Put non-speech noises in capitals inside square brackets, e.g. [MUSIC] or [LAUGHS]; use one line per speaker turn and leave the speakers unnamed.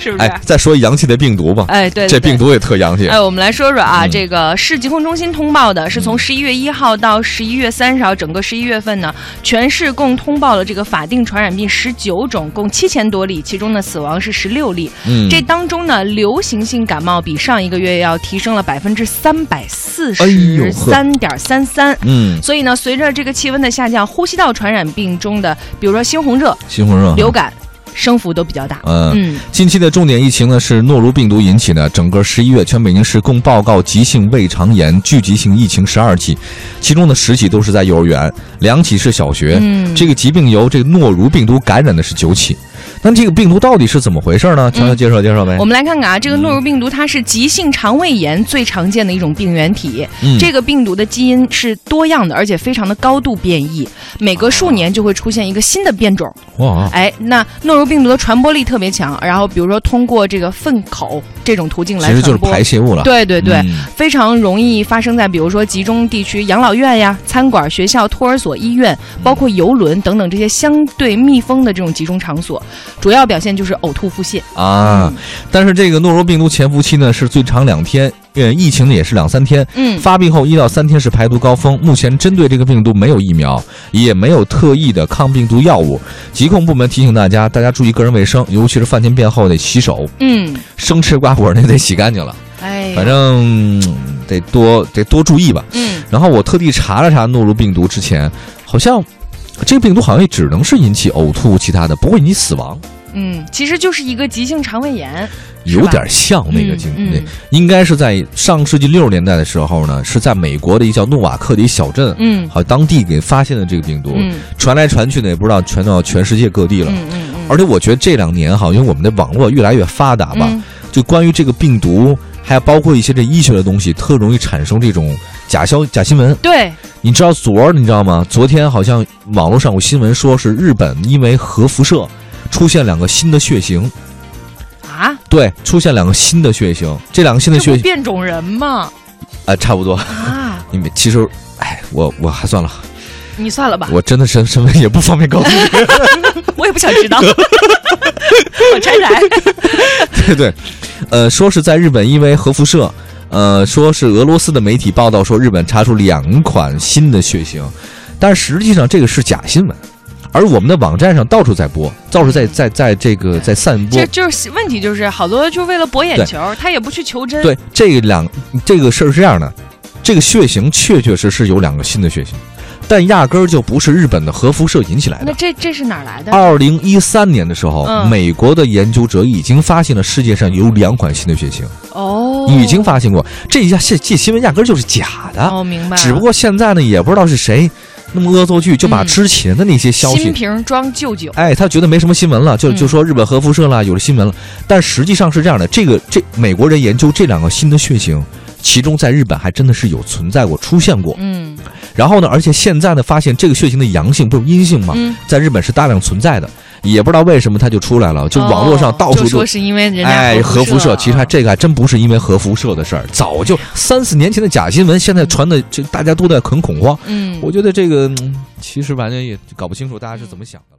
是不是？
哎，再说洋气的病毒吧，
哎，对，对
这病
对
毒也特洋气。
哎，我们来说说啊，
嗯
这个市疾控中心通报的是从十一月一号到十一月三十号，整个十一月份呢，全市共通报了这个法定传染病十九种，共七千多例，其中呢死亡是十六例。
嗯，
这当中呢，流行性感冒比上一个月要提升了百分之三百四
哎呦
十三点三三。
嗯，
所以呢，随着这个气温的下降，呼吸道传染病中的，比如说猩红热、
猩红热，
流感，升幅都比较大。
嗯。
嗯，
近期的重点疫情呢是诺如病毒引起的，整个十一月全北京市共报告急性胃肠炎聚集性疫情十二起，其中的十起都是在幼儿园，两起是小学。
嗯
这个疾病由这个诺如病毒感染的是九起。那这个病毒到底是怎么回事呢？乔乔介绍介绍呗
嗯我。们来看
嗯
看啊，这个诺如病毒它是急性肠胃炎最常见的一种病原体。
嗯
这个病毒的基因是多样的，而且非常的高度变异，每隔数
哦
年就会出现一个新的变种。
哇，
哎，那诺如病毒的传播力特别强，然后比如说通过这个粪口这种途径来
其实
传播，
就是排泄物了。
对对对。
嗯
非常容易发生在比如说集中地区、养老院呀、餐馆、学校、托儿所、医院，
嗯
包括游轮等等这些相对密封的这种集中场所。主要表现就是呕吐、腹泻。
啊，但是这个诺如病毒潜伏期呢是最长两天，呃，疫情呢也是两三天。
嗯，
发病后一到三天是排毒高峰。目前针对这个病毒没有疫苗，也没有特异的抗病毒药物。疾控部门提醒大家，大家注意个人卫生，尤其是饭前便后得洗手，
嗯，
生吃瓜果那得洗干净了。
哎呀，
反正、嗯得多得多注意吧。
嗯，
然后我特地查了查诺如病毒，之前好像这个病毒好像也只能是引起呕吐，其他的不会引起死亡，
嗯，其实就是一个急性肠胃炎，是吧
有点像那个经、
嗯
那应该是在上世纪六十年代的时候呢，是在美国的一个叫诺瓦克的一小镇，
嗯
好像当地给发现的这个病毒，
嗯
传来传去呢，也不知道传到全世界各地了。
嗯嗯
而且我觉得这两年哈，因为我们的网络越来越发达
嗯，
吧，
嗯
就关于这个病毒，还有包括一些这医学的东西，特容易产生这种假消假新闻。
对，
你知道昨儿你知道吗？昨天好像网络上有新闻说是日本因为核辐射出现两个新的血型，
啊，
对，出现两个新的血型，这两个新的
这
血
不
型
变种人吗？
啊、差不多。
啊，
因为其实，哎，我我还算了，
你算了吧，
我真的身身份也不方便告诉你。 [LAUGHS]
我也不想知道，我拆台，
对对，呃，说是在日本因为核辐射，呃，说是俄罗斯的媒体报道说日本查出两款新的血型，但是实际上这个是假新闻，而我们的网站上到处在播，到处在在在这个在散播
这。就是问题，就是好多就为了博眼球，他也不去求真，
对，这两这个事儿是这样的，这个血型确确实实有两个新的血型，但压根儿就不是日本的核辐射引起来
那
的。
这这是哪儿来的？
二零一三年的时候，
嗯
美国的研究者已经发现了世界上有两款新的血型。
哦，
已经发现过，这一下这这新闻压根儿就是假的，
哦，明白了，
只不过现在呢也不知道是谁那么恶作剧，就把
嗯
之前的那些消息，
新瓶装旧酒，
哎，他觉得没什么新闻了，就
嗯
就说日本核辐射啦，有了新闻了，但实际上是这样的，这个这美国人研究这两个新的血型。其中在日本还真的是有存在过、出现过，
嗯
然后呢，而且现在呢，发现这个血型的阳性不是阴性吗？
嗯，
在日本是大量存在的，也不知道为什么它就出来了，就网络上
哦
到处
就
都
说是因为人
哎，
家
核辐射，其实
啊
还这个还真不是因为核辐射的事儿，早
嗯
就三四年前的假新闻，现在传的这大家都在很恐慌。
嗯，
我觉得这个嗯其实完全也搞不清楚大家是怎么想的。